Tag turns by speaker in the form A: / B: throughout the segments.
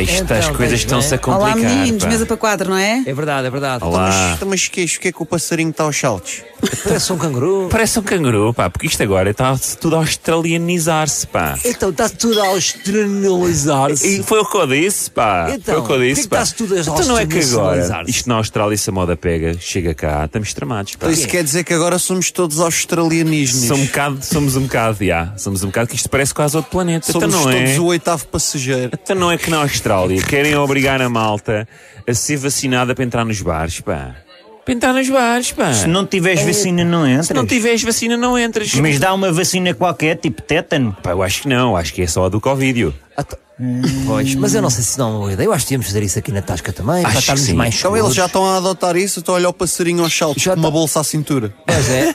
A: isto
B: Então,
A: as coisas
B: pois
A: estão-se
B: bem.
A: a complicar.
C: Olá meninos,
A: pá.
C: mesa para quatro, não é?
B: É verdade, é verdade.
A: Olá.
D: Então, mas que é isso? O que é que o passarinho está aos saltos?
B: Parece um canguru.
A: Parece um canguru, pá, porque isto agora está tudo a australianizar-se, pá.
B: Então está tudo a
A: E
B: externalizar-se.
A: foi o que eu disse, pá.
B: Então,
A: foi o que eu
B: porquê
A: disse,
B: que
A: pá.
B: está-se tudo a
A: então não é que agora,
B: australianizar-se?
A: isto na Austrália, se a moda pega, chega cá, estamos tramados, pá.
D: Então, isso quer dizer que agora somos todos australianismos.
A: Somos um bocado, somos um bocado, já. Somos um bocado que isto parece quase outro planeta.
D: Somos
A: então não
D: todos
A: é.
D: o oitavo passageiro.
A: Então não é que na Austrália querem obrigar a malta a ser vacinada para entrar nos bares, pá. Para entrar nos bares, pá.
E: Se não tiveres vacina, não entras.
A: Se não tiveres vacina, não entras.
E: Mas dá uma vacina qualquer, tipo tétano.
A: Pá, eu acho que não, acho que é só a do Covid.
B: Então- Pois, mas eu não sei se não é uma boa ideia. Eu acho que devíamos fazer isso aqui na Tasca também, para
A: que
B: estarmos
A: sim.
B: mais
D: Então
B: seguros.
D: eles já estão a adotar isso, estão a olhar o passarinho aos saltos
B: Já
D: com uma
B: tá-
D: bolsa à cintura.
B: Pois é.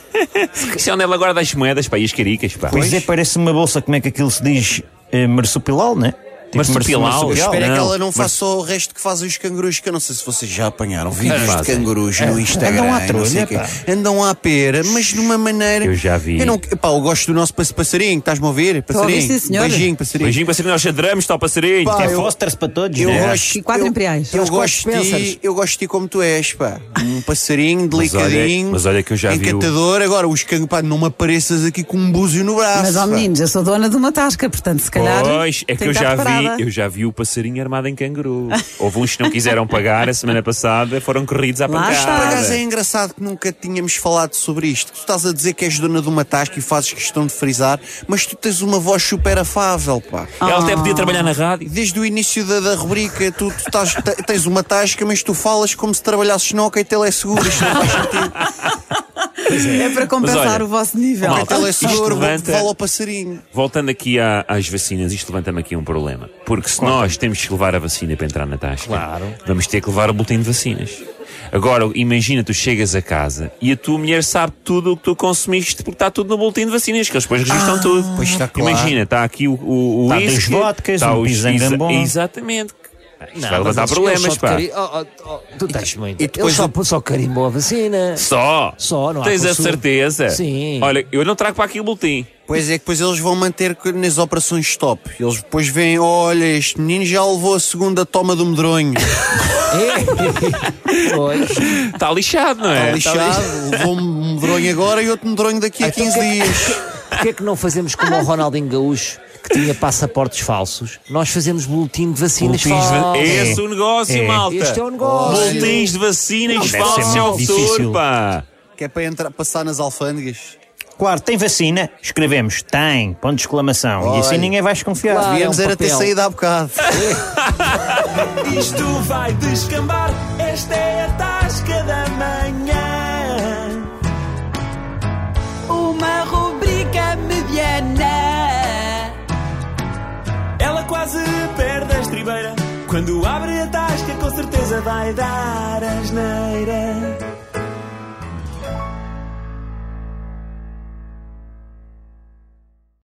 A: Isso é onde ela guarda as moedas, pá, e as caricas, pá.
E: Pois é, parece uma bolsa, como é que aquilo se diz? Eh, marsupial, né? Tipo
A: Marsupial.
D: Eu
A: Não,
D: espero é que ela não
A: mas-
D: faça o resto que fazem os cangurus, que eu não sei se vocês já apanharam vídeos de
A: fazem.
D: cangurus no Instagram.
E: Andam à
D: não
E: trolha,
D: sei o quê.
E: pá.
D: Andam à pera, mas de uma maneira.
A: Eu já vi.
D: Eu, não... Pá, eu gosto do nosso pass- passarinho, estás-me a ouvir?
C: a ouvir,
D: Passarinho.
C: sim, senhor.
D: Beijinho, passarinho.
A: Beijinho para ser nós xadramos, está o passarinho.
D: Pá,
E: É
D: eu-
E: Foster's para todos,
D: Eu
E: né?
D: gosto.
C: E quatro
D: eu-
C: imperiais.
D: Eu,
B: Aos
A: é
B: quatro
D: gosto de
B: pensas.
D: ti, eu gosto de ti como tu és, pá. Um passarinho delicadinho.
A: mas olha que eu já vi o-
D: Encantador. Agora, os cangos, pá, não me apareças aqui com um búzio no braço.
C: Mas ó
D: pá.
C: meninos, eu sou dona de uma tasca, portanto se calhar.
A: Pois, é
C: tem
A: que eu
C: estar
A: já
C: preparada.
A: vi, eu já vi o passarinho armado em canguru. Houve uns que não quiseram pagar a semana passada, foram corridos à
C: Lá
A: pancada.
C: está.
D: Por acaso é engraçado que nunca tínhamos falado sobre isto. Tu estás a dizer que és dona de uma tasca e fazes questão de frisar, mas tu tens uma voz super afável, pá.
A: Ela
C: Ah.
A: até podia trabalhar na rádio.
D: Desde o início da, da rubrica, tu, tu estás- te- tens uma tasca, mas tu falas como se trabalhasses na OK Teleseguro. Isto não faz sentido.
C: É para compensar
A: Mas olha,
C: o vosso nível.
A: malta,
D: OK Teleseguro,
A: Isto levanta-
D: fala ao passarinho.
A: Voltando aqui à- às vacinas, isto levanta-me aqui um problema. Porque se nós temos que levar a vacina para entrar na tasca, vamos ter que levar o boletim de vacinas. Agora, imagina, tu chegas a casa e a tua mulher sabe tudo o que tu consumiste porque está tudo no boletim de vacinas, que eles depois registram tudo.
D: pois está claro.
A: Imagina, está aqui o, o, o
E: Está
A: whisky,
E: dois vodkas,
A: está
E: um
A: os-
E: pisang
A: exa-
E: gambon.
A: Exatamente. Isto vai
B: Não, mas
A: levantar
B: eles- eles
A: problemas,
B: só
A: pá.
B: te cari- Oh, oh, oh, tu tens muito.
D: e
B: Eles
D: depois
B: só,
D: o-
B: só carimbam a vacina.
A: Só.
B: Só, não há
A: Tens a
B: consumo.
A: certeza?
B: Sim.
A: Olha, eu não trago para aqui o boletim.
D: Pois é, que depois eles vão manter que nas operações stop. Eles depois veem, olha, este menino já levou a segunda toma do medronho.
B: tá É. Pois.
A: Está lixado, não é?
D: Está lixado, levou um medronho agora e outro medronho daqui a
B: Então,
D: 15
B: o que é que-
D: dias.
B: Porquê é que não fazemos como o Ronaldinho Gaúcho, que tinha passaportes falsos? Nós fazemos boletim de vacinas
E: Boletins de-
B: falsos.
A: É esse o negócio,
E: É.
A: malta.
B: Este é o negócio.
A: Boletins de vacinas
E: deve ser
A: falsos
E: muito
A: ao futuro,
E: difícil.
A: pá.
D: Que é para entrar, passar nas alfândegas.
E: Claro, tem vacina? Escrevemos, tem, ponto de exclamação. E assim
D: Olha.
E: ninguém vai desconfiar.
B: Claro. Ah,
D: Devíamos
B: é um
D: era ter
B: papel.
D: saído há bocado.
F: Isto vai descambar, esta é a tasca da manhã.
C: Uma rubrica mediana.
F: Ela quase perde a estribeira. Quando abre a tasca, com certeza vai dar asneira.